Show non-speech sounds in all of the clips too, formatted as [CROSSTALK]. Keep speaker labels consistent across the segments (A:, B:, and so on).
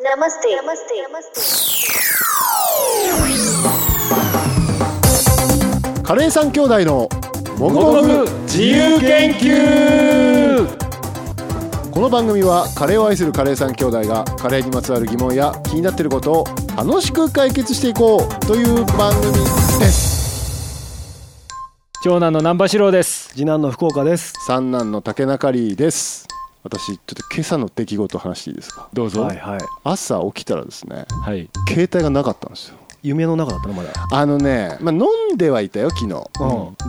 A: नमस्ते नमस्ते नमस्ते
B: カレーさん兄弟のもぐ
C: モ
B: も
C: グ
B: ぐ
C: モグ自由研究
B: この番組はカレーを愛するカレーさん兄弟がカレーにまつわる疑問や気になっていることを楽しく解決していこうという番組です
C: 長男の南波四郎です
D: 次男の福岡です。
B: 三男の竹中里です私ちょっと今朝の出来事を話していいですか
C: どうぞ
D: は
C: はいい、
D: はい。
B: 朝起きたらですね携帯がなかったんですよ
D: 夢の中だったのまだ。
B: あのね、まあ、飲んではいたよ昨日、
D: う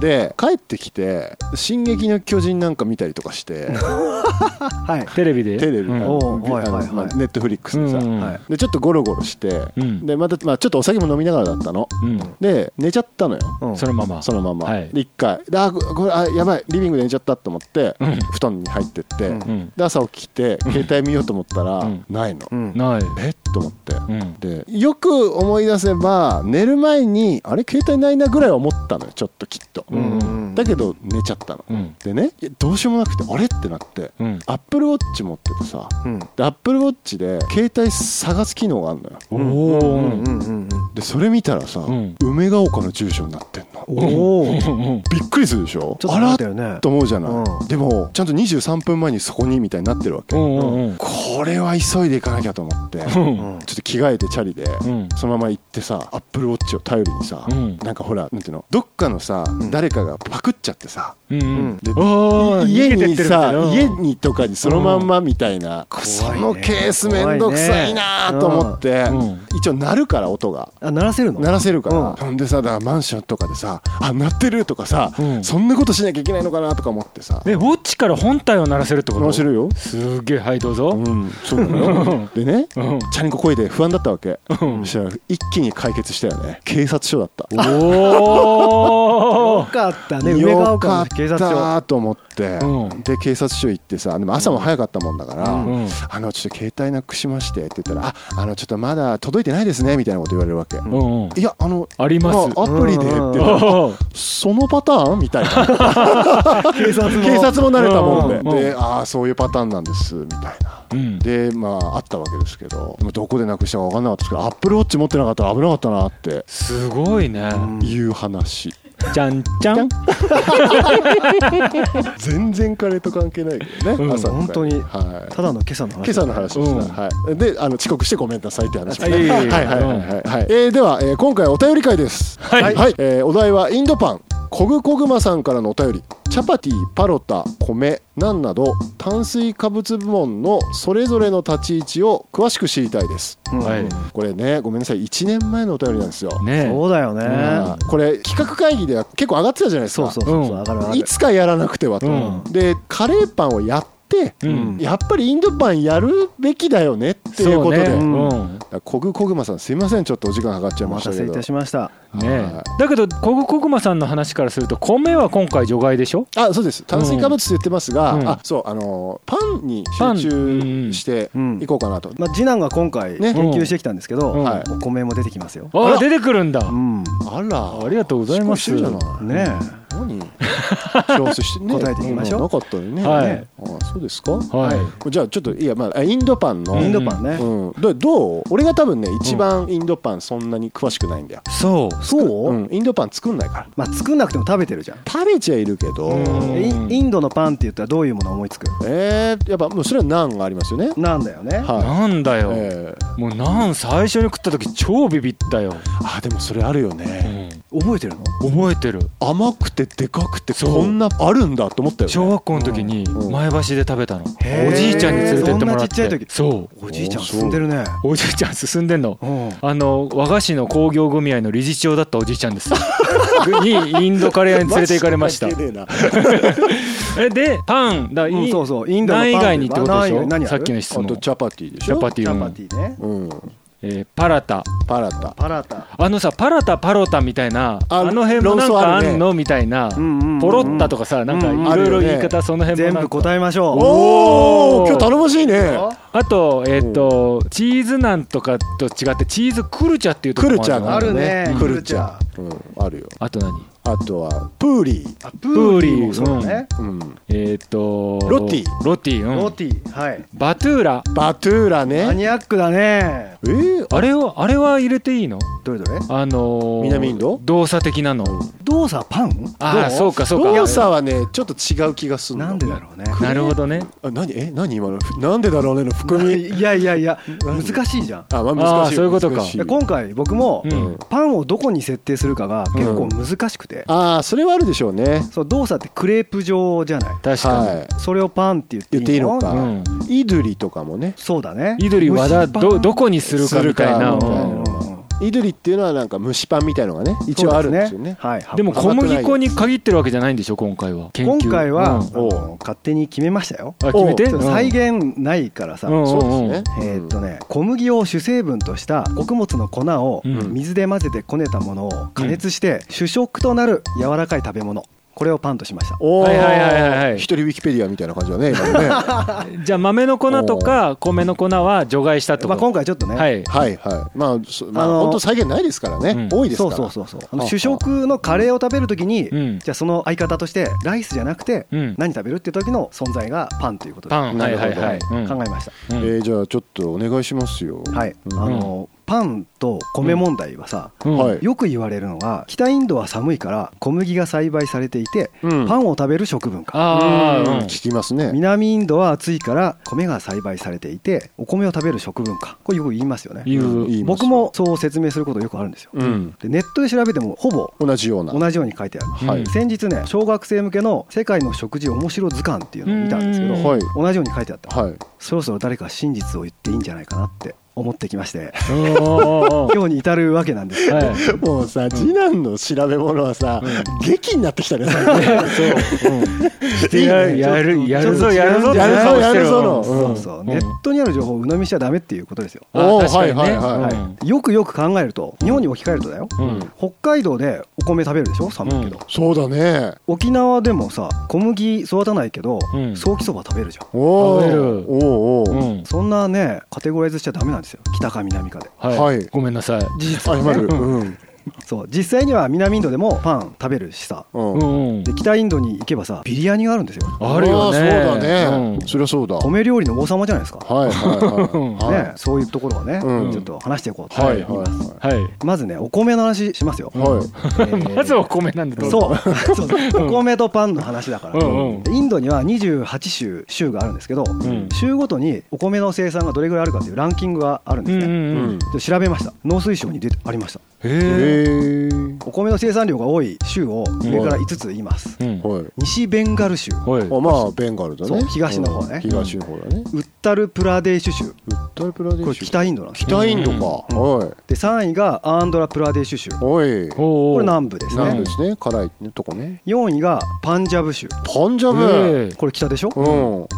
B: で帰ってきて「進撃の巨人」なんか見たりとかして
D: はい。
C: テレビで
B: テレビ、
C: うん
B: あ
D: お
B: の
D: うはいは
B: あ
D: いはい
B: のまあネットフリックスでさ、
C: うん
D: はい
B: でちょっとゴロゴロして、
C: うん
B: でまた、まあ、ちょっとお酒も飲みながらだったの
C: うん
B: で寝ちゃったのよ
D: うん
C: そのまま
B: そのまま、
C: はい
B: で一回であここれあやばいリビングで寝ちゃったと思って、
C: うん
B: 布団に入ってって、
D: うん
C: うん
B: で朝起きて携帯見ようと思ったら、
C: うん
B: ないの、
D: うん。
C: ない
B: えっと思って、
C: うん
B: でよく思い出せば寝る前にあれ携帯ないなぐらいは思ったのよちょっときっと、
C: うん
B: だけど寝ちゃったの、
C: うん
B: でねいやどうしようもなくてあれってなって
C: うん
B: アップルウォッチ持っててさ
D: うん。
B: でアップルウォッチで携帯探す機能があるのよ
C: おお
D: うんうんうん
B: でそれ見たらさ、
C: ん
B: 梅ヶ丘の住所になってんの
D: うん。おお。ちょっ
B: びっくりするでしょ
D: と
B: あ
D: あ
B: ら
D: っ
B: った
D: よね
B: と。思うじゃない、
D: うん
B: でもちゃんと23分前にそこにみたいになってるわけ、
C: うんうん
B: これは急いでいかなきゃと思って、ちょっ
C: うん
B: と着替えてチャリで、
C: うん
B: そのまま行ってさアップルウォッチを頼りにさ、
C: うん
B: なんかほらなんていうのどっかのさ、
D: ん
B: 誰かがパクっちゃってさ
C: うんうん
B: で
C: あー
B: 家
C: 逃げてっ
B: に
C: てるみ
B: さ
C: たいな
B: 家にとかにそのまんまみたいな、そのケースめんどくさいなと思って、
C: 怖いね
B: 一応鳴るから音が。
D: あ、鳴らせるの。
B: 鳴らせるから、
D: うん
B: ほんでさだからマンションとかでさあ鳴ってるとかさ、
C: うん
B: そんなことしなきゃいけないのかなとか思ってさ
C: えウォッチから本体を鳴らせるってこと
B: 面白いよ
C: すげえはいどうぞ
B: うんそうだよ [LAUGHS] でね
C: うん
B: チャリンコ声で不安だったわけ
C: うん
B: そしたら一気に解決したよね警察署だった
C: お
D: よ
C: お
D: かったね。梅ヶ丘の警察
B: よか
D: 署。
B: ったと思って、
C: うん
B: で警察署行ってさでも朝も早かったもんだから、
C: うん
B: あのちょっと携帯なくしましてって言ったら「ああのちょっとまだ届いてないですね」みたいなこと言われるわけ、
C: うんうん
B: いやあの
C: あります
B: あアプリでって言ったら
C: おー
B: そのパターンみたいな
C: [LAUGHS]
D: 警察の。
B: 警察も慣れたもんで、
C: うんうん
B: でああそういうパターンなんですみたいな
C: うん
B: でまああったわけですけどでもどこでなくしたか分かんなかったですけどアップルウォッチ持ってなかったら危なかったなって
C: すごいね
B: いう話、
C: じゃんじゃん
B: 全然カレーと関係ないけどね、
C: うん
B: 朝の
D: 本当に
B: はい
D: ただの今朝の話。
B: 今朝の話でした、
C: うん
B: はい、であの遅刻してごめんなさいって話ですね
C: いえいえいえ
B: はいはいはいはいはい、えーでは、えー今回お便り会です
C: はい
B: えーお題はインドパンコグコグマさんからのお便りチャパティパロタ米ナンなど炭水化物部門のそれぞれの立ち位置を詳しく知りたいです
D: うん。
C: はい
B: これねごめんなさい1年前のお便りなんですよ、
C: ねえ
D: そうだよね。
B: あーこれ企画会議では結構上がってたじゃないですか
D: そうそうそう
C: う
D: そ
C: ん
D: う。上がる上が
B: い
D: る。
B: つかやらなくてはと、
C: うん
B: でカレーパンをやって、
C: うん
B: やっぱりインドパンやるべきだよねっていうことで、
C: そ
B: だか
C: うねうん
B: らこぐこぐまさんすいませんちょっとお時間かかっちゃ
D: お
B: いま
D: 待
B: した
D: た
B: け
D: せい
B: ど
D: たしました。
C: ね
B: は
C: えだけどコグコグマさんの話からすると米は今回除外でしょ
B: あそうです炭水化物って言ってますが、
C: うん
B: あそうあのーパンに
C: パン
B: 集中して
D: うん
B: いこうかなと、
D: まあ、次男が今回
B: ね
D: 研究してきたんですけど、
C: うん
B: はい
D: お米も出てきますよ。
C: あ
B: ら
C: あ出てくるんだ
D: うん。
B: あら
C: ありがとうございます
B: しっかりしてるじゃない
D: ね [LAUGHS]
B: 何調整してね
D: 答えていきましょう
B: なかったよね、
C: はい
B: ねあそうですか、
C: は
B: じゃあちょっといやまあインドパンの、
D: え。
C: う
D: イ
C: ん
D: ンドパンね。
B: うん、どどう俺が多分ね一番インドパンそんなに詳しくないんだよ、
C: いそう
D: そう、
B: うん、インドパン作んないから
D: まあ作んなくても食べてるじゃん、
B: 食べちゃいるけど、
C: うん
D: えインインドのパンって言ったらどういうものを思いつく
B: えー、やっぱもうそれは難がありますよね
D: なんだよね
B: は
C: なんだ
B: い、
C: よ
B: えー、
C: もうなん最初に食った時超ビビったよ
B: あでもそれあるよね、
D: 覚えてるの
C: 覚えてる
B: 甘くてでかくて
C: そう
B: こんなあるんだと思ったよ、ね、
C: 小学校の時に
B: うん
C: 前橋で食べたの
D: へー
C: おじいちゃんに連れてってもらっ
D: そんなちっちゃい
C: て
D: 時
C: そう
D: おじいちゃん進んでるね
C: おじいちゃん進んでんの
D: うん
C: あの和菓子の工業組合の理事長だったおじいちゃん [LAUGHS] ですにインドカレー屋に連れて行かれました
B: マジで関係ね
C: えでパンだ
D: うん
C: い
D: そうそうインドのパン
C: 何以外にっ
D: いえ
C: て
D: ば
C: ことでし
D: 何以外何
C: ょ
D: ある
C: さっきの
B: え
C: 質
B: なあ
C: 問
B: と
C: チ
B: チャパティでし
C: ャ
B: ょ
C: パテ
D: チ
C: ィ
D: ャ
C: う
D: パ
C: ん
D: ティね
B: うん
C: えーパラタ
B: パラタ
D: パラタ
C: あのさパラタパロタみたいな
B: あ
C: あの辺もな
B: 論
C: ん
B: 争
C: か
B: あ
C: あ
B: るね
C: んのみたいな
D: うんうんうん
C: ポロッタとかさなんか
D: うん
C: いろいろ
B: あるよね
C: 言い方その辺も
D: 全
C: なんか
D: 部答えましょ
B: お
C: お
B: お
C: ー
B: 今日頼もしいね
C: あとえっ、とチーズナンとかと違ってチーズクルチャっていうとこ
B: クル
C: ろもあ
B: チャー
C: るの
B: が
D: あるね
B: クルチャー、うん、あるよ
C: あと何
B: あとはプーリ
D: あプ
C: プ
D: ーリー
C: ーリー
D: もそうだね。
B: ー、うん、
C: えーっと
B: ロッティ
C: ロッティ、うん
D: ロティ。はい。
C: バトゥーラ
B: バトゥーラ
D: マ
B: ね
D: ニアックだね。
B: えー、
C: あれをあれは入れていいの
D: どれどれ
C: あのー
B: 南インド
C: 動作的なの、
D: 動作パン
C: ああ
D: ど
C: そうかそうか
B: 動作はねちょっと違う気がするの
D: なんでだろうね。
C: なるほどね
B: あ何え何今のなんでだろうねの含み
D: いやいやいや、難しいじゃん。
B: あ、まあ、
C: あー
B: 難しい
C: そういうことか
B: 難し
D: で今回僕も
C: うん
D: パンをどこに設定するかが結構難しくて、
B: ああそれはあるでしょうね
D: そう動作ってクレープ状じゃない
C: 確かに、
B: は
D: それをパンって言っていい
B: 言っ
D: の
B: ていいのか
C: うん
B: いイドリとかもね
D: そうだね
C: イドリ和田
D: 蒸しパン
C: どどこにするかみたいな
B: するかみたいな
C: うん
B: イドリっていうのはなんか蒸しパンみたいのがね一応あるんですよね
D: そうですはい
C: でも小麦粉に限ってるわけじゃないんでしょ今回は研究
D: 今回は、
C: うん
B: ん
D: あの勝手に決めましたよ
C: あ決めて
B: お
D: ちょっと再現ないからさ、
C: うん
B: そうですね
D: えーっとね小麦を主成分とした穀物の粉を
C: うん
D: 水で混ぜてこねたものを加熱して主食となる柔らかい食べ物これをパンとしました
B: おお
C: はいはいはいはいはい
B: 一人ウィキペディアみたいな感じだね今
D: [LAUGHS]
B: のねは
C: じゃあ豆の粉とか米の粉は除外したってこ
D: まあ、
C: と
D: 今回ちょっとね、
C: はい
B: いはいまあそまあ
D: あの
B: 本当再現ないですからね
C: うん
B: 多いです
D: そ
B: か
D: う
B: ら
D: そうそうそうあ
B: は
D: の
B: あ
D: 主食のカレーを食べるときに、
C: うん
D: じゃあその相方としてライスじゃなくて、
C: うん
D: 何食べるって時の存在がパンということで
C: パン
B: な
C: は
B: る
C: い
B: ほど
C: はいはい、うん
D: 考えました、
C: う
B: え
C: ん
B: ーじゃあちょっとお願いしますよ
D: はい、
B: うん
D: あのパンと米問題はさ、
C: うん
B: はい
D: よく言われるのが北インドは寒いから小麦が栽培されていて、
B: うん
D: パンを食べる食文化
C: ああ、うん
B: 聞きますね
D: 南インドは暑いから米が栽培されていてお米を食べる食文化これよく言いますよね
C: 言う、
B: うん言います
D: 僕もそう説明することよくあるんですよ、
B: うん
D: でネットで調べてもほぼ
B: 同じような
D: 同じように書いてある、
C: はい
D: 先日ね小学生向けの「世界の食事面白図鑑」っていうのを見たんですけど、
C: うん
B: はい
D: 同じように書いてあった、
B: はい
D: そろそろ誰か真実を言っていいんじゃないかなって思ってきまして
C: うんおー
D: 今日に至るわけなんですけど、
C: はい
B: もうさ次男の調べ物はさ劇になってきた [LAUGHS] ね最近
C: そう、うん、してや
D: いいね
C: やるやるぞ
D: ちょっと
C: やるぞ
D: やる
B: ぞやるぞの
C: [LAUGHS] うん
D: そうそう、ネットにある情報を鵜呑みしちゃダメっていうことですよ、
C: あ
B: おー
C: 確かにね
B: はいはいはい
C: うん
D: よくよく考えると日本に置き換えるとだよ、
C: うん
D: 北海道でお米食べるでしょ寒いけど、
C: う
B: そうだね
D: 沖縄でもさ小麦育たないけど、
C: うん
D: ソーキそば食べるじゃん
B: お
C: 食べる
B: ーおー
C: う
B: おー
C: ん
D: そんなねカテゴライズしちゃダメなんですよ北か南かで
C: はい、
B: はい
C: ごめんなさい、
D: 事実
B: 謝
D: はね
B: るうん
D: そう実際には南インドでもパン食べるしさ
B: うん
C: うんうん
D: で、北インドに行けばさビリヤニがあるんですよ
C: あるよね
B: あーそうだね、
C: うん
B: そりゃそうだはい
D: 米料理の王様じゃないですか、
B: はいはい、はい
D: ね、そういうところをね、
B: うん
D: ちょっと話していこうと
B: は
D: 思
B: い
D: います、
B: は
C: はい
D: まずねお米の話しますよ、
B: いはい、
D: えー
C: まずはお米なんだど
D: そう
C: ぞ
D: う [LAUGHS] そうそうお米とパンの話だから、
C: うんうん
D: でインドには28州州があるんですけど、
C: ん
D: 州ごとにお米の生産がどれぐらいあるかっていうランキングがあるんで
C: う
D: す
C: んう
D: ね、
C: んう
B: うんん
D: ちょっと調べました農水省に出てありました
C: へえ
B: へえ
D: お米の生産量が多い州を上から5つ言います、
C: うん
B: はい
D: 西ベンガル州
C: はい
B: あまあベンガルだ
D: そう
B: ね
D: 東の方ね
B: うん東の方だね
D: ウッタルプラデーシュ州
B: ウッタルプラデー
D: これ
B: シュ
D: 北インドなんですよ
B: 北インドか、
D: うん
B: はい
D: で3位がアーンドラプラデーシュ州
B: おい
C: おー
D: これ南部です
B: 南部
D: ね
B: ですね辛いとこね
D: 4位がパンジャブ州
B: パンジャブ、
C: ええ
D: これ北でしょ
B: うん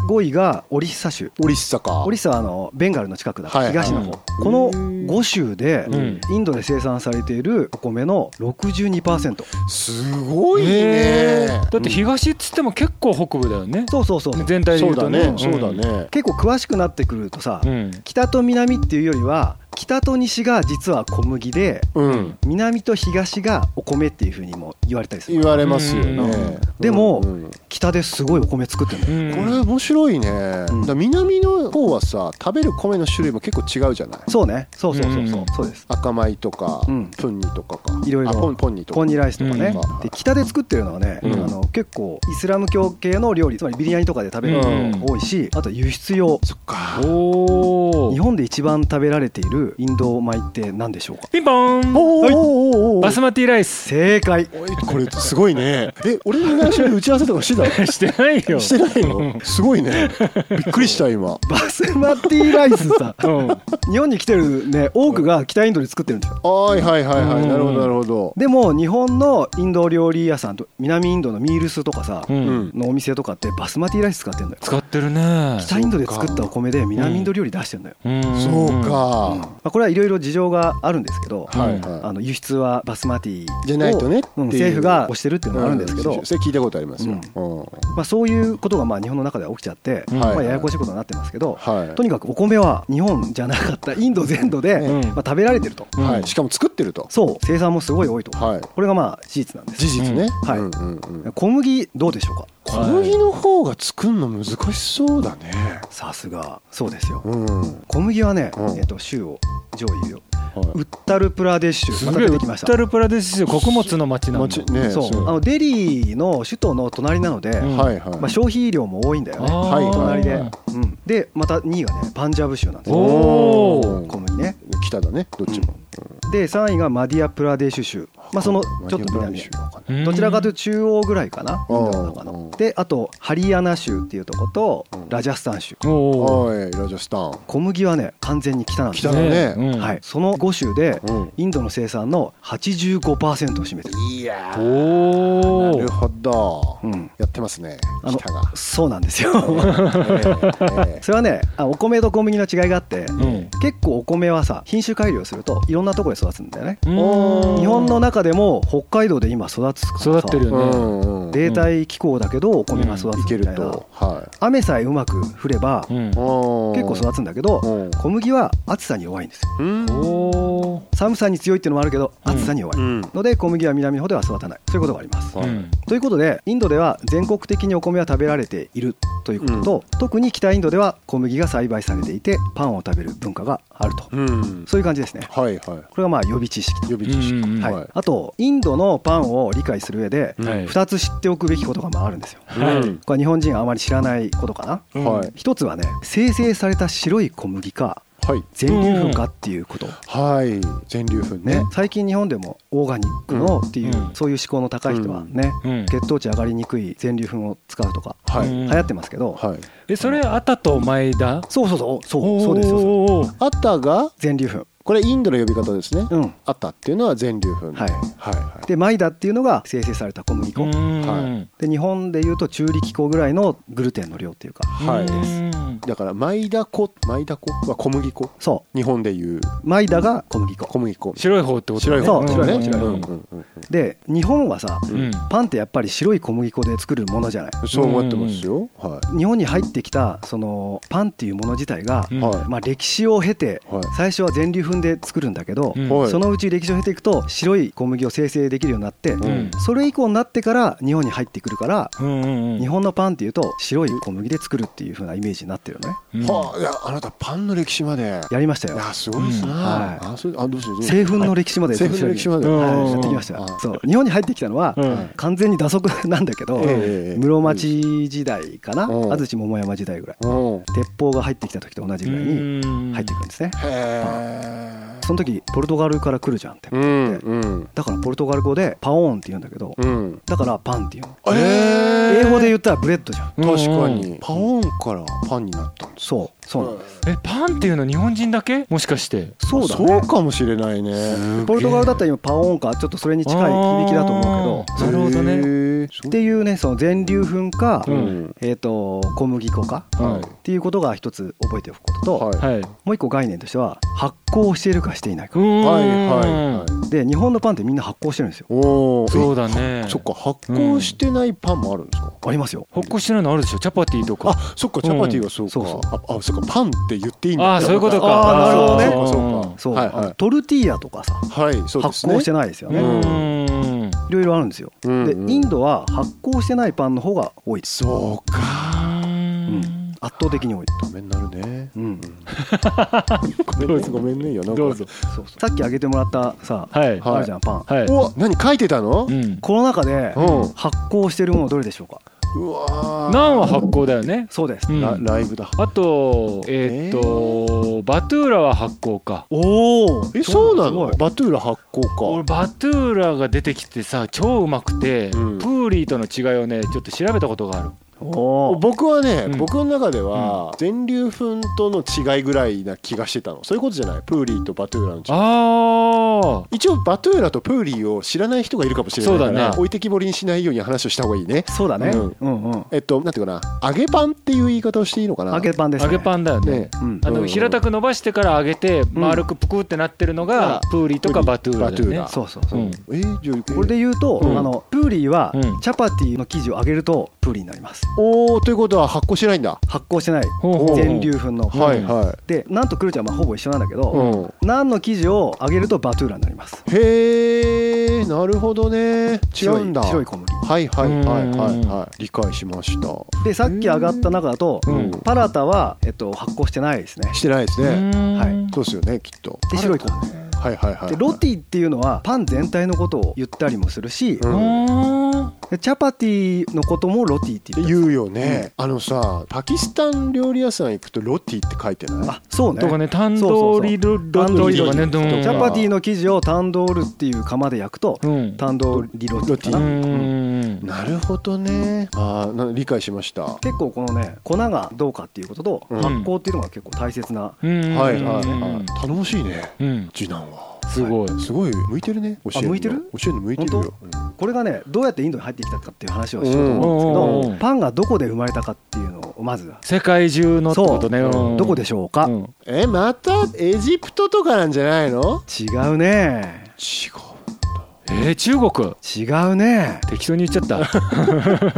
D: 5位がオリッサ州
B: オリッサか
D: オリッサはあのベンガルの近くだ
B: はい
D: 東の方
B: うん
D: この5州で
C: うん
D: インドで生産されているお米の62%
B: すごい
C: へ
B: ね
C: ーだって東っつっても結構北部だよね
D: そうそうそうそう
C: 全体で
B: そ
C: 言
B: う
C: う
B: だ
C: と
B: ね
C: ね
B: そうだね、
D: 結構詳しくなってくるとさ
C: うん
D: 北と南っていうよりは北と西が実は小麦で
B: うん
D: 南と東がお米っていうふうにも言われたりす
B: 言
D: る
B: われますよね、
C: うん
D: でも
B: うんうん
D: 北ですごいお米作ってるんだ
C: う
D: よ
C: ん
B: これ面白いね、だから南の方はさ食べる米の種類も結構違うじゃない
D: そうねそうそうそう
C: う
D: そうんそうです
B: 赤米とか、
D: うん
B: プンニとかか
D: いろいろ
B: あポンポンニとか
D: ポニーライスとかね、
B: うん
D: で北で作ってるのはね、
C: うん
D: あの結構イスラム教系の料理つまりビリヤニとかで食べるのが多いし、あと輸出用
B: そっか
C: おお
D: 日本で一番食べられているインド米って何でしょうか
C: ピンポー
B: おー
C: ン
B: おー
C: はい
B: おーおー
C: バスマティライス
D: 正解
B: おいこれすごいね [LAUGHS] え俺に内緒で打ち合わせとかしてた
C: してないよ
B: してないのすごいねびっくりした今
D: バスマティライスさ
C: [LAUGHS] うん
D: 日本に来てるね多くが北インドで作ってるんですよ
B: はいはいはいは
C: う
B: い
C: ん
B: なるほどなるほど
D: でも日本のインド料理屋さんと南インドのミールスとかさ、
C: うん
B: うん
D: のお店とかってバスマティライス使ってんだよ
C: 使ってるね
D: 北インドで作ったお米で南インド料理出してんだよ、
C: うん
B: そうか
D: まあ、これはいろいろ事情があるんですけど、
B: はい
C: うん
B: は
D: あの輸出はバスマティを
B: じゃないとね
D: うん
B: っていう
D: 政府が推してるって
B: い
D: いうのがあるんですけど、
B: うそれ聞いたことありますよ、うん
D: まあ、そういうことがまあ日本の中では起きちゃって、
C: うん
D: まあ、ややこしいことになってますけど、
B: はい
D: とにかくお米は日本じゃなかったインド全土で、
C: うん
D: まあ、食べられてると、
C: うん
B: はい、しかも作ってると、
D: そう生産もすごい多いと、
B: はい、
D: これがまあ事実なんです
B: 事実ね、
D: うんはい
B: うんうんうん
D: 小麦どうでしょうか
B: 小麦の方が作るの難しそうだね、
D: さすがそうですよ
B: うんは
D: 小麦はね、
B: うん
D: えっと州を上位を
B: い
D: ウッタルプラデシュ
C: す
D: また
C: ごい
D: 出
C: ウ
D: てきまし
C: ッ
D: た
C: タルプラデシュ穀物の町なんだ
B: 町ね
D: そう
B: そう
D: あのデリーの首都の隣なので、
C: うん
B: はいはい、
D: まあ、消費量も多いんだよね
C: あー
B: はい
D: 隣で、
C: はい
D: うん、でまた2位がねパンジャブ州なんです
C: お
D: よ
C: おー
D: 小麦ね
B: 北だねどっちも、
D: で3位がマディアプラデシュ州、まあ、そのちょっと南
C: うん
D: どちらかというと中央ぐらいかなイ
B: うん
D: ンドの中
B: うん
D: のであとハリヤナ州っていうとこと
B: うん
D: ラジャスタン州
C: お
B: はいラジャスタン
D: 小麦はね完全に北なんです
B: 北
D: よ
B: だね
C: うん
D: はい、その5州で
B: うん
D: インドの生産の85%を占めてる、
B: いやー
C: お
B: なる
C: ー
B: ほど、
D: うん、
B: やってますね
D: あの
B: 北 [LAUGHS] が
D: そうなんですよ
B: ええ
D: それはねあお米と小麦の違いがあって、
C: うん
D: 結構お米はさ品種改良するといろんなところで育つんだよね
C: うん
D: 日本の中でも北海道で今育つからさ
C: 育ってる
B: う
C: よね
B: んうん
D: 冷帯気候だけどお米が育つ
B: いけ
D: み
B: る
D: たいな、
B: とは
D: 雨さえうまく降れば
C: う
D: 結
C: ん
B: い結
D: 構育つんだけど
B: うん
D: 小麦は暑さに弱いんですよ
B: うん
C: おー
D: 寒さに強いっていうのもあるけど
C: うん
D: 暑さに弱い
B: うん
D: ので小麦は南の方では育たないそういうことがあります
B: はい
C: うん
D: ということでインドでは全国的にお米は食べられているということと特に北インドでは小麦が栽培されていてパンを食べる文化があると
B: うん
D: そういう感じですね
B: はいは
D: これがまあ予備知識
B: い
D: と
B: 予備知識、
C: うんうんうん
D: はい
B: はい
D: あとインドのパンを理解する上で
B: うん
C: はい
D: 2つ知っておくべきことがまああるんですよ
B: は
C: はいい
D: これは日本人があまり知らないことかな
C: うん
B: はい
D: 一つはね生成された白い小麦か
B: はい
D: 全粒粉かっていうこと、
B: はい全粒粉
D: ね
B: ね
D: 最近日本でもオーガニックのっていう、
C: うん
D: そういう思考の高い人はね、
C: うん
D: 血糖値上がりにくい全粒粉を使うとか
B: は
C: う
B: い
C: ん
D: 流行ってますけど、
B: はい
C: えそれあたと前田
D: そうそうそうそうそうですそうです
C: おー
B: あたが
D: 全粒
B: これインドの呼び方ですね
D: 粉うん
B: あたっていうのは全粒粉
D: はい
B: はいはい
D: でマイダっていうのが生成された小麦粉、
C: うん
B: は
D: で日本でいうと中力粉ぐらいのグルテンの量っていうか
B: はい
C: うん
B: だからマイダコマイダコは小麦粉
D: そ
B: 日本でいう
D: うマイダが小麦粉
B: 小麦粉
C: 白い方ってことだね
D: そう
B: 白い
D: 白
B: 方
D: い
B: ね
D: 方
B: うん
D: 白い
B: うんうん
D: で日本はさ
C: うんうん
D: パンってやっぱり白い小麦粉で作るものじゃない
B: うんそう思ってますよは
D: 日本に入ってきたそのパンっていうもの自体が、
C: うん
B: はい
D: まあ、歴史を経て
B: はい
D: 最初は全粒粉で作るんだけど、
C: うん
B: はい
D: そのうち歴史を経ていくと白い小麦を生成できるようになって、
C: ん
D: それ以降になってから日本に入ってくるから、
C: うんうんうん
D: 日本のパンっていうと白い小麦で作るっていう風なイメージになってるよね
C: うん
B: はあいやあなたパンの歴史まで
D: やりました
B: い
D: よ
B: やすごいですね
C: うん
D: はい
B: あそうあどうぞどうぞ
D: 製粉の歴史まで
B: 製粉の歴史まで
C: うん
D: はいやってきましたよ
B: あ
D: そう日本に入ってきたのは、
C: うん
D: 完全に打足 [LAUGHS] なんだけど、
B: ええ
D: 室町時代かな、
B: うん
D: 安土桃山時代ぐらい
B: うんへ
D: 鉄砲が入ってきた時と同じぐらいに
C: うん
D: 入ってくるんですね
B: え
D: その時ポルトガルから来るじゃんって、
B: うんうん
D: だからポルトガル語でパオーンって言うんだけど、
B: うん
D: だからパンっていうの
B: ええ
D: 英語で言ったらブレッドじゃん
C: うん
B: 確か
C: うん
B: にパオンからパンになったんです
D: そうそうなんです
C: えパンっていうの日本人だけもしかして
D: そうだね
B: そうかもしれないね
D: ポルトガルだったら今パオーンかちょっとそれに近い響きだと思うけ
C: あーなるほどね
B: へえ
D: どっていうねその全粒粉か、
C: うん
D: えー、と小麦粉か
C: うん
B: はい
D: っていうことが一つ覚えておくことと、
B: はい
C: はい
D: もう一個概念としては発酵しているかしていないか、
B: はい
C: うん
B: はいはい
D: で日本のパンってみんな発酵してるんですよ
B: おお
C: そうだね
B: そっか発酵してないパンもあるんですか、
D: ありますよ
C: ほっこしてるのあるでしょチャパティとか
B: あそっかチャパティはそうか、
D: うんそう
B: ああそっかパンって言っていいんだ
C: あーそういうことか
D: あーなる
B: そ
C: ほど
B: うか
C: ね
B: そうか
D: そう、
B: はい
D: あの
B: は
D: トルティーヤとかさ
B: い、はい、そうで
D: 発
B: すね
D: 酵して
B: な
D: ないですよ
C: う
D: ね
C: ん
D: いろいろあるんですよ、
B: うんうん
D: でインドは発酵してないパンの方が多いです、
B: そうか
D: うん圧倒的に多い
B: ダメになるね
D: うん、
B: ごめんねごめんねよな
C: どうぞ
D: そうそうさっきあげてもらったさ、
C: はい
B: は
D: あるじゃんパン
C: はい
B: お何書いてたの、
C: うん
D: この中で
B: うん
D: 発酵してるものどれでしょうか
B: うわー
C: ナンは発酵だよね
D: そうです、
C: うん
B: ラライブだ
C: あとえーっとバトゥーラは発酵か
D: おお
B: えそうなのバトゥーラ発酵
C: 俺
B: か
C: バトゥーラが出てきてさ超うまくて、
B: うん
C: プーリーとの違いをねちょっと調べたことがある
D: おー
B: 僕はね、
C: うん
B: 僕の中では全粒粉との違いぐらいな気がしてたのそういうことじゃないプーリーとバトゥーラの違い
C: あ
B: 一応バトゥーラとプーリーを知らない人がいるかもしれないか
C: そうだ
B: ら
C: ね
B: 置いてきぼりにしないように話をした方がいいね
D: そうだね、
B: うん
D: うんうん
B: えっとなんていうかな揚げパンっていう言い方をしていいのかな
D: 揚げパンです
C: 揚
D: ね
C: げパンだよね
B: ね
D: うん
C: あ
B: うんう
C: の
B: ん
C: 平たく伸ばしてから揚げて丸くぷくってなってるの
B: うん
C: がプーリーとかバトゥーラだよね
B: バト
D: そうそうそう、
C: うん
B: えー、じゃあ
D: これで言うと、
C: うん
D: あのプーリーは
C: うん
D: チャパティの生地を揚げるとプーリーになります
B: おおということは発酵してないんだ
D: 発酵してない
C: ほうほうほう
D: 全粒粉の、
C: うん
B: はいは
D: でナンとクルチャーはまあほぼ一緒なんだけ
B: い、う
D: ど、
B: ん、
D: ナンの生地を揚げるとバトゥーラになります
B: へえなるほどね違
D: 白い
B: うんだ
D: 白い小麦
B: はいはいはいはい
C: うん
B: はい理解しました
D: でさっき揚がった中だと、
C: うん
D: パラタは、えっと、発酵してないですね
B: してないです
C: う
B: ね
C: ーん
D: はい
B: そうですよねきっと
D: で白い小麦
B: はいはいはい
D: でロティっていうのはパン全体のことを言ったりもするし、
B: う
C: うんーん
D: でチャパティのこともロティって言ったり
B: 言うよねあのさパキスタン料理屋さん行くとロティって書いてない
D: あそうね
C: とかねタンドーリルロ
D: タンド
C: テ
D: リ
C: ィと
D: ル
C: かねど
B: と
C: ん
D: チャパティの生地をタンドールっていう釜で焼くと、
C: うん
D: タンドーリロティか
C: う
D: な、
C: ん
B: なるほどねあーな理解しましたは
D: 結構このね粉がどうかっていうことと
B: うん
D: 発酵っていうのが結構大切な、
B: いはいはい頼もしいね
C: いうん
B: 次男は
C: すごい
B: すごい向いてるね教えるの
D: 向いてる
B: 教えるの向いてるよ
D: これがねどうやってインドに入ってきたかっていう話をしようと思うんですけど、
C: うん
D: パンがどこで生まれたかっていうのをまず
C: 世界中のってことね
B: そう
C: うん
D: どこでしょうか、
C: うん
B: えまたエジプトとかなんじゃないの
D: 違うね
B: 違う
C: えー中国
D: 違うね
C: 適当に言っちゃった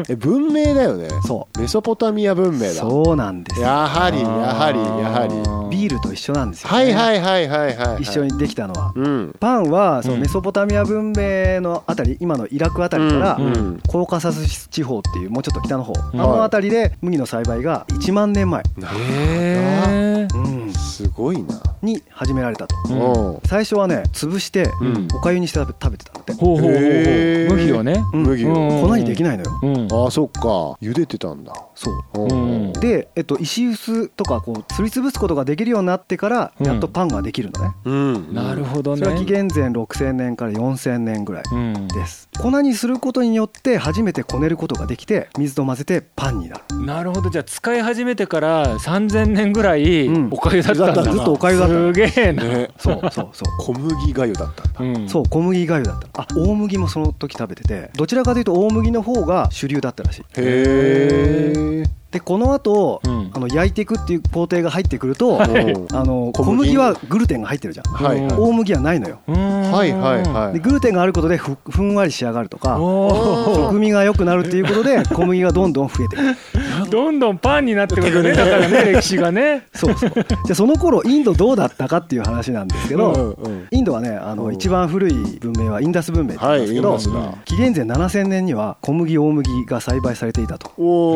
B: え文明だよね
D: そ
B: メソポタミア文
D: う
B: 明だ
D: そうなんです
B: や
D: よ
B: はりやはりやは
C: は
D: ビールと一緒なんです
B: り
D: よね、
B: はいはいはいはいはい、
D: 一緒にできたのは
B: うん
D: パンはその
C: うん
D: メソポタミア文明のあたり今のイラクあたりから
B: うんうん
D: コーカサス地方っていうもうちょっと北の方あ
C: い
D: の辺りで麦の栽培が1万年前
B: なる
C: えー
B: ほどすごいな
D: に始められたと
C: うん
B: うん
D: 最初はね潰して
B: うん
D: おかゆにして食べてたんだって
C: ほうほうほうほう
B: へー
C: 麦をね
D: うん
B: 麦
C: う
B: を
C: ん
D: 粉にできないのよ
C: うん
B: ああそっか茹でてたんだ
D: そう
C: うん
D: で、えっと、石臼とかこうすりつぶすことができるようになってから
C: うん
D: やっとパンができるのね
B: うん
C: なる
B: ほ
C: ほど
D: それは紀
C: ね
D: 元前6000年から4000年ぐらい
C: うん
D: です粉にすることによって初めてこねることができて水と混ぜてパンになる
C: なるほどじゃあ使い始めてから3000年ぐらい
D: うん
C: おかゆだったん
D: だ
C: だ
D: ったずっとおかゆだった
C: すげえな、
B: ね
D: そうそうそう
B: 小麦がゆだったんだ
C: うん
D: そう小麦がゆだったあ大麦もその時食べててどちらかというと大麦の方が主流だったらしい
B: へえ
D: でこの後、
C: うん
D: あの焼いていくっていう工程が入ってくると、
B: はい
D: あの
B: 小
D: 小
B: 麦
D: 麦はグルテンが入ってるじゃん、
B: はいはい
D: 大麦はないのよ
C: うーん
B: はいはいは
D: で
B: い
D: グルテンがあることでふふんわり仕上がるとか
C: お [LAUGHS]
D: 食味が良くなるっていうことで小麦がどんどん増えてくる
C: ーどんどんパンになってくるねだからね歴史がね
D: そうそうじゃあその頃インドどうだったかっていう話なんですけど、
B: うんうん
D: インドはねあ
B: う
D: の
B: ん
D: 一番古い文明はインダス文明って言うん
B: はい
D: です
B: い
D: け
B: い
D: ど、
B: ますだ
D: 紀元前7000年には小麦大麦が栽培されていたと
B: お
C: う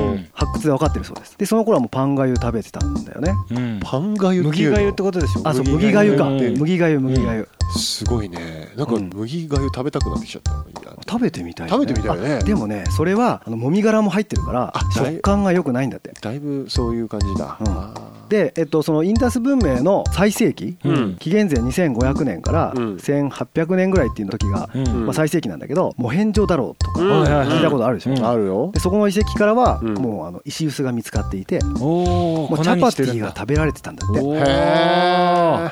B: お
C: ん
D: 発掘で分かってるそうですでその頃はもうパンがゆ食べてたんだよね
C: うん
B: パンがゆって
C: 麦
B: いうの
C: がゆってことでしょ
D: あそう
B: 麦
D: 麦
B: が
D: が
B: ゆ
D: ゆか
C: うん
D: 麦がゆ麦がゆ、
B: すごいねなんか
D: うん
B: 麦がゆ食べたくなってきちゃったいいな
D: 食べてみたい、
B: 食べてみたいね
D: あでもねそれはあのもみ殻も入ってるから
B: あだい
D: 食感が良くないんだって
B: だいぶそういう感じだ、
D: うん
B: あー
D: で、えっと、そのインダス文明の最盛期、
B: うん
D: 紀元前2500年から
B: うん
D: 1800年ぐらいっていう時が、
C: うん
B: うん
D: まあ、最盛期なんだけどモヘンジョダロウとか
B: うん
D: 聞いたことあるでしょ、
C: うん
B: あるよ
D: でそこの遺跡からは、
B: うん
D: もうあの石臼が見つかっていて
C: お
D: も
C: お
D: うチャパティが食べられてたんだって
C: お
B: へ
C: ー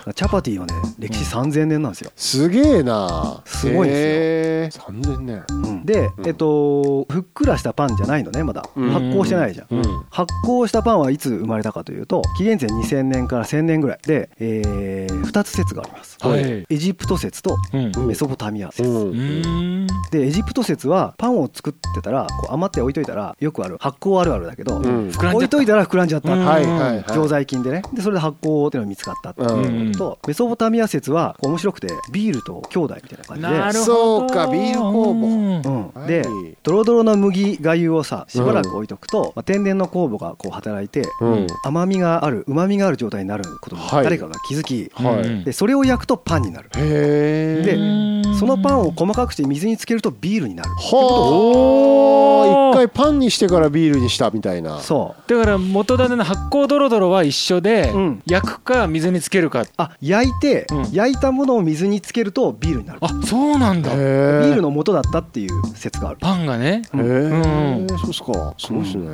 B: え
D: チャパティはね歴史3000年なんですよ、
B: すげえな
D: すごいですよ
B: ですよ3000年
D: うんで
B: う、ん
D: えっと、ふっくらしたパンじゃないのねまだ発
B: うん
D: 酵してないじゃん、
B: うん
D: 発酵したパンはいつ生まれたかというと紀元前2000年から1000年ぐらいで、え2つ説があります、
C: はい
D: エジプト説と
C: うん
D: メソポタミア説、
B: うん
C: うーん
D: でエジプト説はパンを作ってたらこう余って置いといたらよくある発酵あるあるだけど、
B: うん
C: 膨らんじゃ
D: 置
C: っ
D: いといたら膨らんじゃった、
C: うん
B: はいはいはい
D: 常在菌でねでそれで発酵っていうのが見つかったっていうう、
B: ん
C: ん
D: とメソポタミア説はこう面白くてビールと兄弟みたいな
C: た
D: 感じで
C: なるほど
B: そうかビール工房
C: うん
D: うん、
B: は
D: で
B: い
D: ドロドロの麦がゆをさしばらく置いとくと、まあ天然の酵母がこう働いて、
B: うん
D: 甘みがあるうまみがある状態になることに
B: はい
D: 誰かが気づき、
B: はい
C: うん
D: でそれを焼くとパンになる
B: へえ
D: で
C: うん
D: そのパンを細かくして水につけるとビールになる
B: はあ一回パンにしてからビールにしたみたいな
D: そう
C: だから元種の発酵ドロドロは一緒で、
D: うん
C: 焼くか水につけるかって
D: あ焼いて、
C: うん
D: 焼いたものを水につけるとビールになる
C: あそうなん
B: へ
C: だ
D: ビ
B: ー
D: ールの元だったっていう説がある
C: パンがね
B: へ
C: うん
B: えそうっすかすごいっすね、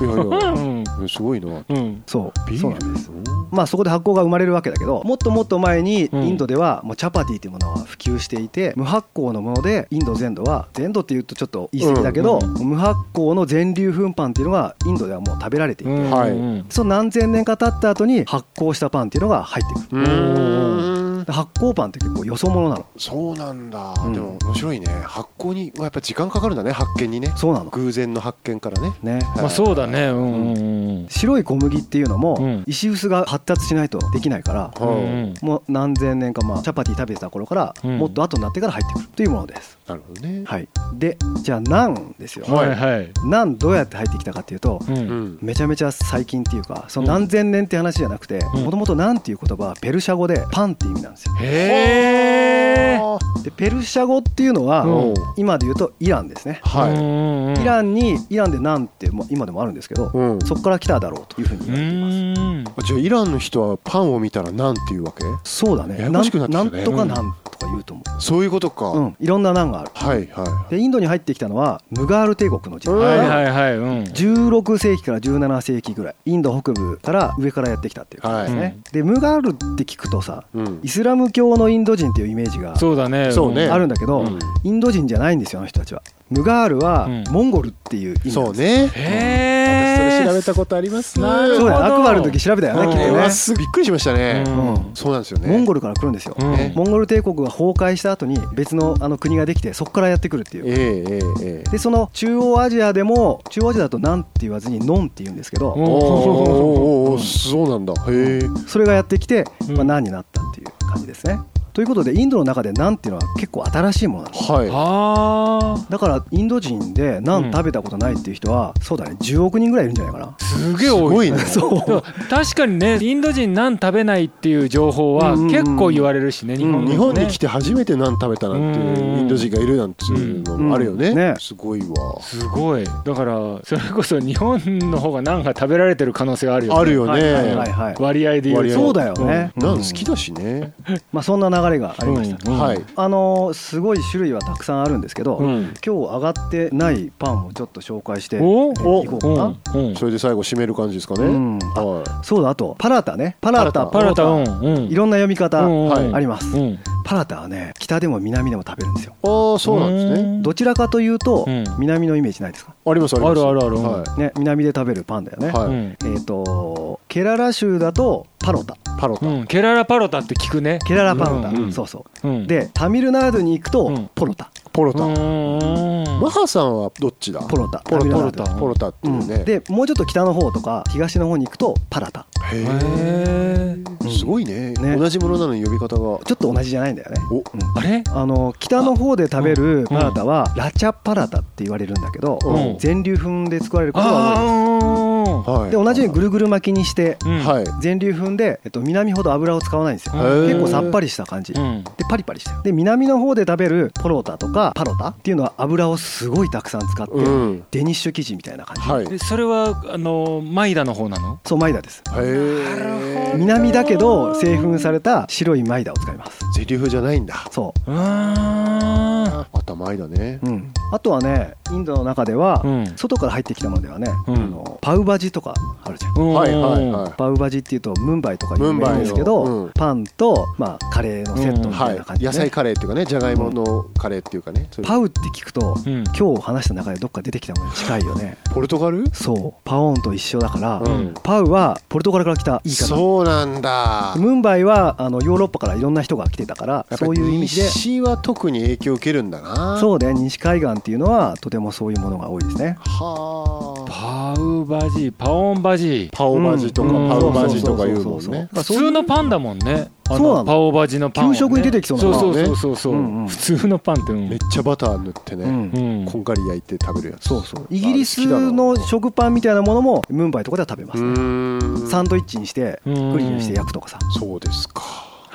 B: いやい
C: ん
B: やすごいな
C: うん
D: そう
B: ビ
D: そう
B: ー
D: なんです
B: ル
D: まあそこで発酵が生まれるわけだけどもっともっと前にイ
C: うん
D: ンドではもうチャパティというものは普及していて無発酵のものでインド全土は全土っていうとちょっと言い過ぎだけど
C: う
D: 無発酵の全粒粉パンっていうのがインドではもう食べられていて
C: うん
B: はい
C: うん
D: その何千年か経った後に発酵したパンっていうのが入ってくる
B: うーん
D: で発酵パンって結構よそ者なの
B: そうなんだ、
D: うん
B: でも面白いね発酵にはやっぱ時間かかるんだね発見にね
D: そうなの
B: 偶然の発見からね
D: ね
C: まあそうだねうんうんうん
D: 白い小麦っていうの
C: う
D: も
C: ん
D: 石臼が発達しないとできないから
B: う
C: うんんうん
D: もう何千年かまあチャパティ食べてた頃から
C: うん
D: もっと後になってから入ってくるというものです
B: なるほどね、
D: はい、でじゃあナンですよ、
C: はいはい
D: ナンどうやって入ってきたかっていうと、
C: うん
B: うん、
D: めちゃめちゃ最近っていうかその何千年って話じゃなくて
C: うん
D: もともとナンっていう言葉はペルシャ語でパンって意味なんですよ
C: へえ
B: あー
D: でペルシャ語っていうのは、
C: うん
D: 今で言うとイランですね、
B: はい
C: い
D: イランにイランでナンってもう今でもあるんですけど、
B: うん
D: そこから来ただろうというふうに言われています、
C: ン
B: じゃあイランの人はパンを見たらなんて言うわけ
D: そうだね
B: ややこしくなってきたね
D: んんとかナンとか言うと思
B: そういうことか、
D: う、うんいろんなナンがある
B: はいはい
D: でインドに入ってきたのはムガール帝国の時代、
B: うん
C: はいはいはいうん
D: 16世紀から17世紀ぐらいインド北部から上からやってきたっていう感じですね、
C: はい
D: でムガールって聞くとさ
B: うん
D: イスラム教のインド人っていうイメージが
C: そうだね
B: そうね
D: あるんだけど、
B: うん
D: インド人じゃないんですよあの人たちはムガールは
C: うん
D: モンゴルっていう意味なんです
B: そうね
C: へえ
B: 私それ調べたことあります
C: なるほど
D: そうだよアクバルの時調べたよね
B: こ
D: きっ
B: れ
D: と
B: は
D: ね、
B: すびっくりしましたね、
D: うん
B: そうなんですよね
D: モンゴルから来るんですよ、
C: うん
B: ね
D: モンゴル帝国が崩壊した後に別のあの国ができてそこからやってくるっていう
B: ええええええ
D: でその中央アジアでも中央アジアだとなんて言わずにノンって言うんですけど、
C: うん
B: おーおーおー
D: うん
B: そうなんだへえ
D: それがやってきて、
C: うん
D: まあ、何になったっていう感じですね。ということでインドの中でナンっていうのは結構新しいものなんです
B: はい
C: あ
D: だからインド人でナ
C: う
D: ン
C: ん
D: 食べたことないっていう人は、そうだね10億人ぐらいいるんじゃないかな
C: ーすげえ多い
B: すごいね
D: [LAUGHS] そう
C: 確かにねインド人何食べないっていう情報は
D: うん
C: 結構言われるしね日本,、
D: うん
B: 日本に来て初めて何食べたなんていう
C: うん
B: インド人がいるなんていうのもあるよね,、
D: うんね
B: すごいわ
C: すごいだからそれこそ日本の方が何が食べられてる可能性があるよね
B: あるよね、
D: はいはいはいはい
C: 割合で言う
B: 割
C: と
B: 合
D: そうだよね、
B: ナン
D: うん
B: 好きだしね、
D: まあ、そんな流れがありました、
C: うん
B: はい
D: あのーすごい種類はたくさんあるんですけど、
C: う
D: 今
C: ん
D: 日上がってないパンをちょっと紹介していこ
C: お
D: う
C: お
D: かな、
C: うんうん
B: それで最後締める感じですかね、
D: うん
B: は
D: そうだあとパラタねパラタ
C: パラタ
D: ポ
C: う
D: ー
C: んうん
D: いろんな読み方
C: うんうん
D: あります、
C: うん
D: パラタはね北でも南でも食べるんですよ
B: い、ああそうなんですね
D: どちらかというと、
C: うん
D: 南のイメージないですか、
B: ありますあります
C: あるあるある
B: はい
D: ね、南で食べるパンだよね、
B: は
C: う
B: い
C: ん
D: えっ、とケララ州だとパロタ
B: パロタ、
C: うんケララパロタって聞くね
D: ケララパロタ、
C: うん
B: うん
D: そうそ
C: うん
D: うでタミルナードに行くと、
C: うん
D: ポロタ
B: ポロ
C: う
B: タ、
C: ん
B: マハさんはどっちだ
D: ポロタ
B: ポロ
D: タミル
B: ポ
D: ナー
B: ロ
D: ド
B: タポロタっていうね、
D: うんでもうちょっと北の方とか東の方に行くとパラタ
B: へえ
C: へー
D: うん
B: すごいね
D: ね
B: 同じものなのに呼び方が
D: ちょっと同じじゃないんだよね
B: お
C: あれ
D: あの北の方で食べるパラタはラチャパラタって言われるんだけど、
B: うん
D: 全粒粉で作られることが多い
C: あ
B: はい
D: で同じようにぐるぐる巻きにして
C: あ
B: はいい
D: 全粒粉で、えっと、南ほど油を使わないんですよ
C: へ
B: ー
D: 結構さっぱりした感じ
C: う
D: で
C: ん
D: パリパリしてるで南の方で食べるポロタとかパロタっていうのは油をすごいたくさん使って
B: うん
D: デニッシュ生地みたいな感じ
B: はい
C: えそれはあのマイダの方なの
D: そうマイダです
B: へえ
D: 南だけど製粉された白いマイダを使います
B: ゼリフじゃないんだ
D: そう
C: ーん
B: 頭いいだね
D: う、うん、あとはねインドの中では、
C: うん
D: 外から入ってきたものではね、
C: うん
D: あのパウバジとかあるじゃん
C: は
B: はいはいは
D: パウバジっていうとムンバイとか有名ですけ
B: ムンバイの
D: ど、
B: うん
D: パンと、まあ、カレーのセット
B: い
D: みた
B: はいい
D: な感じで、
B: 野
D: ね
B: 菜カレーっていうかねじゃがいものカレーっていうかねそういう
D: パウって聞くと、
C: うん
D: 今日話した中でどっか出てきたものに近いよね
B: ポルトガル
D: そうパオーンと一緒だから、
B: うん
D: パウはポルトガルから来た言い方
B: そうなんだ
D: ムンバイはあのヨーロッパからいろんな人が来てたから
B: やっぱ
D: そ
B: り
D: ういう意味で
B: 西は特に影響を受けるんだなう
D: そうね西海岸っていうのはとてもそういうものが多いですね
B: はあ
C: パウバジパオンバジ
B: パオバジとか
C: うん
B: パウバジとかいうも
D: そそ
B: ん
D: そ
B: ね
D: そ
C: 普通のパンだもんねあ
D: そうなの
C: パオバジのパンはね
D: 給食に出てきそうな
C: そうそうそうそう、
D: うんうん
C: 普通のパンってうん
B: めっちゃバター塗って
D: う
B: ね
D: ん
C: うん
B: こんがり焼いて食べるやつ
D: そうそうイギリスの食パンみたいなものもムンバイとかでは食べま
B: う
D: すね
B: ーん
D: サンドイッチにして
C: うん
D: クリームにして焼くとかさ
B: そうですか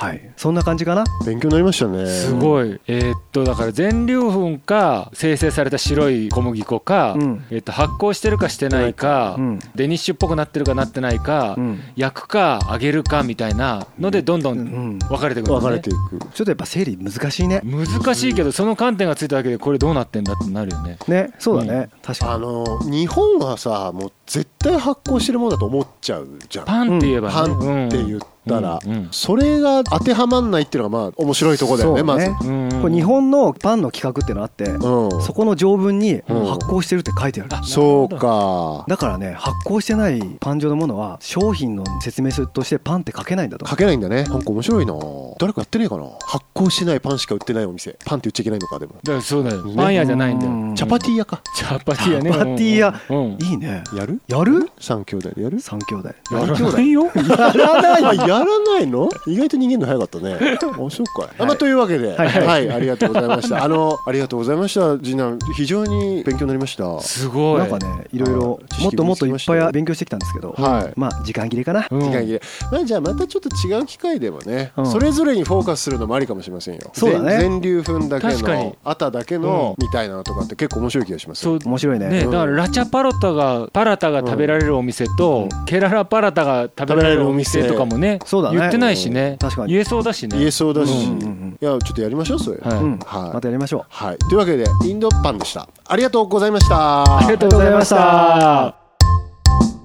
D: はい、そんな感じかな
B: 勉強になりましたね
C: すごいえーっとだから全粒粉か生成された白い小麦粉か、
D: うん
C: えーっと発酵してるかしてないか、
D: うん
C: デニッシュっぽくなってるかなってないか、
D: うん
C: 焼くか揚げるかみたいなのでどんど
D: うんん、ちょ
C: 分かれてくる
B: 分
C: ん
B: か
C: だ
B: れ
C: ね
B: ていく
D: っとやっぱ整理難しいね
C: 難しいけどその観点がついただけでこれどうなってんだってなるよね
D: ねそうだね、確
B: あ
D: か
B: の日本はさもう絶対発酵してるものだと思っちゃうじゃん
C: パンって言えばね、
B: パ
C: う
B: ン
C: ん
B: って言ったら、
C: うんうん
B: それが当てはまんないっていうのがまあ面白いとこだよね
D: そう
B: まず
D: ね
C: うん
D: にこれ日本のパンの企画ってのあって、
B: うん
D: そこの条文に発
B: うん
D: 酵してるって書いてある、
C: あ
B: そうか
D: だからね発酵してないパン状のものは商品の説明書としてパンって書けないんだと
B: 書けないんだねなんか面白いな誰かやってねえかな発酵してないパンしか売ってないお店パンって言っちゃいけないのかでも
C: だからそうだよ
B: ね
C: パン屋じゃないんだ
D: うん
C: よ
B: チャパティ屋か
C: チャパティ屋ね
D: チャパティ屋
C: うんうんうん
D: いいね
B: やる
D: やる
B: 三兄弟でやる
D: 三兄弟
C: やら
D: 三兄弟
C: ないよ
B: やらないのやらないの意外と逃げるの早かったね面白かい、あまあ、というわけではい、ありがとうございましたあのありがとうございました次男非常に勉強になりましたは
C: すごい
D: なんかねいろいろ
B: はい
D: もっともっと
B: 知識もつ
D: いっ
B: きました
D: ぱ
B: よ
D: い勉強してきたんですけど、
B: い
D: まあ時間切れかな、
C: うん
B: 機会切れまあ、じゃあまたちょっと違う機会でもね、
D: うん
B: それぞれにフォーカスするのもありかもしれませんよ
D: そうだね
B: 全全粒粉だけ
C: 確かに
B: のあただけのみたいなのとかって結構面白い気がしますよ
C: そう
D: 面白いね
C: ね、
B: うん
C: だからラチャパロタがパラタが食べられるお店と、ケララパラタが食べられるお店とかもね
D: そうだね
C: 言ってないしね、
D: 確かに
C: 言えそうだしね
B: 言えそうだし、
D: うんう
B: い
D: んうん
B: やちょっとやりましょうそれ、
C: はい
D: うん
B: はい
D: またやりましょう
B: はい、というわけでインドパンでしたありがとうございました
C: ありがとうございました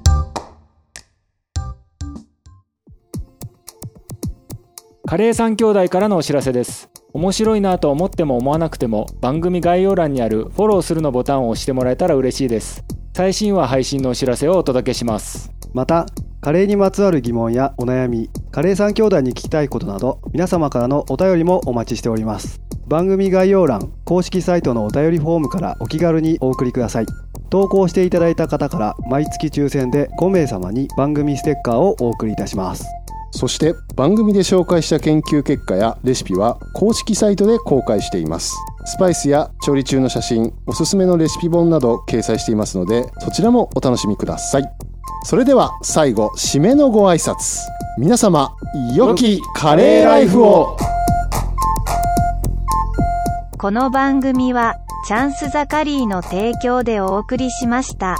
C: カレー三兄弟からのお知らせです面白いなと思っても思わなくても番組概要欄にあるフォローするのボタンを押してもらえたら嬉しいです最新話配信のお知らせをお届けします
D: またカレーにまつわる疑問やお悩みカレー三兄弟に聞きたいことなど皆様からのお便りもお待ちしております番組概要欄公式サイトのお便りフォームからお気軽にお送りください投稿していただいた方から毎月抽選で5名様に番組ステッカーをお送りいたします
B: そして番組で紹介した研究結果やレシピは公式サイトで公開していますスパイスや調理中の写真おすすめのレシピ本など掲載していますのでそちらもお楽しみくださいそれでは最後締めのご挨拶皆様良きカレーライフを
A: この番組はチャンスザカリーの提供でお送りしました。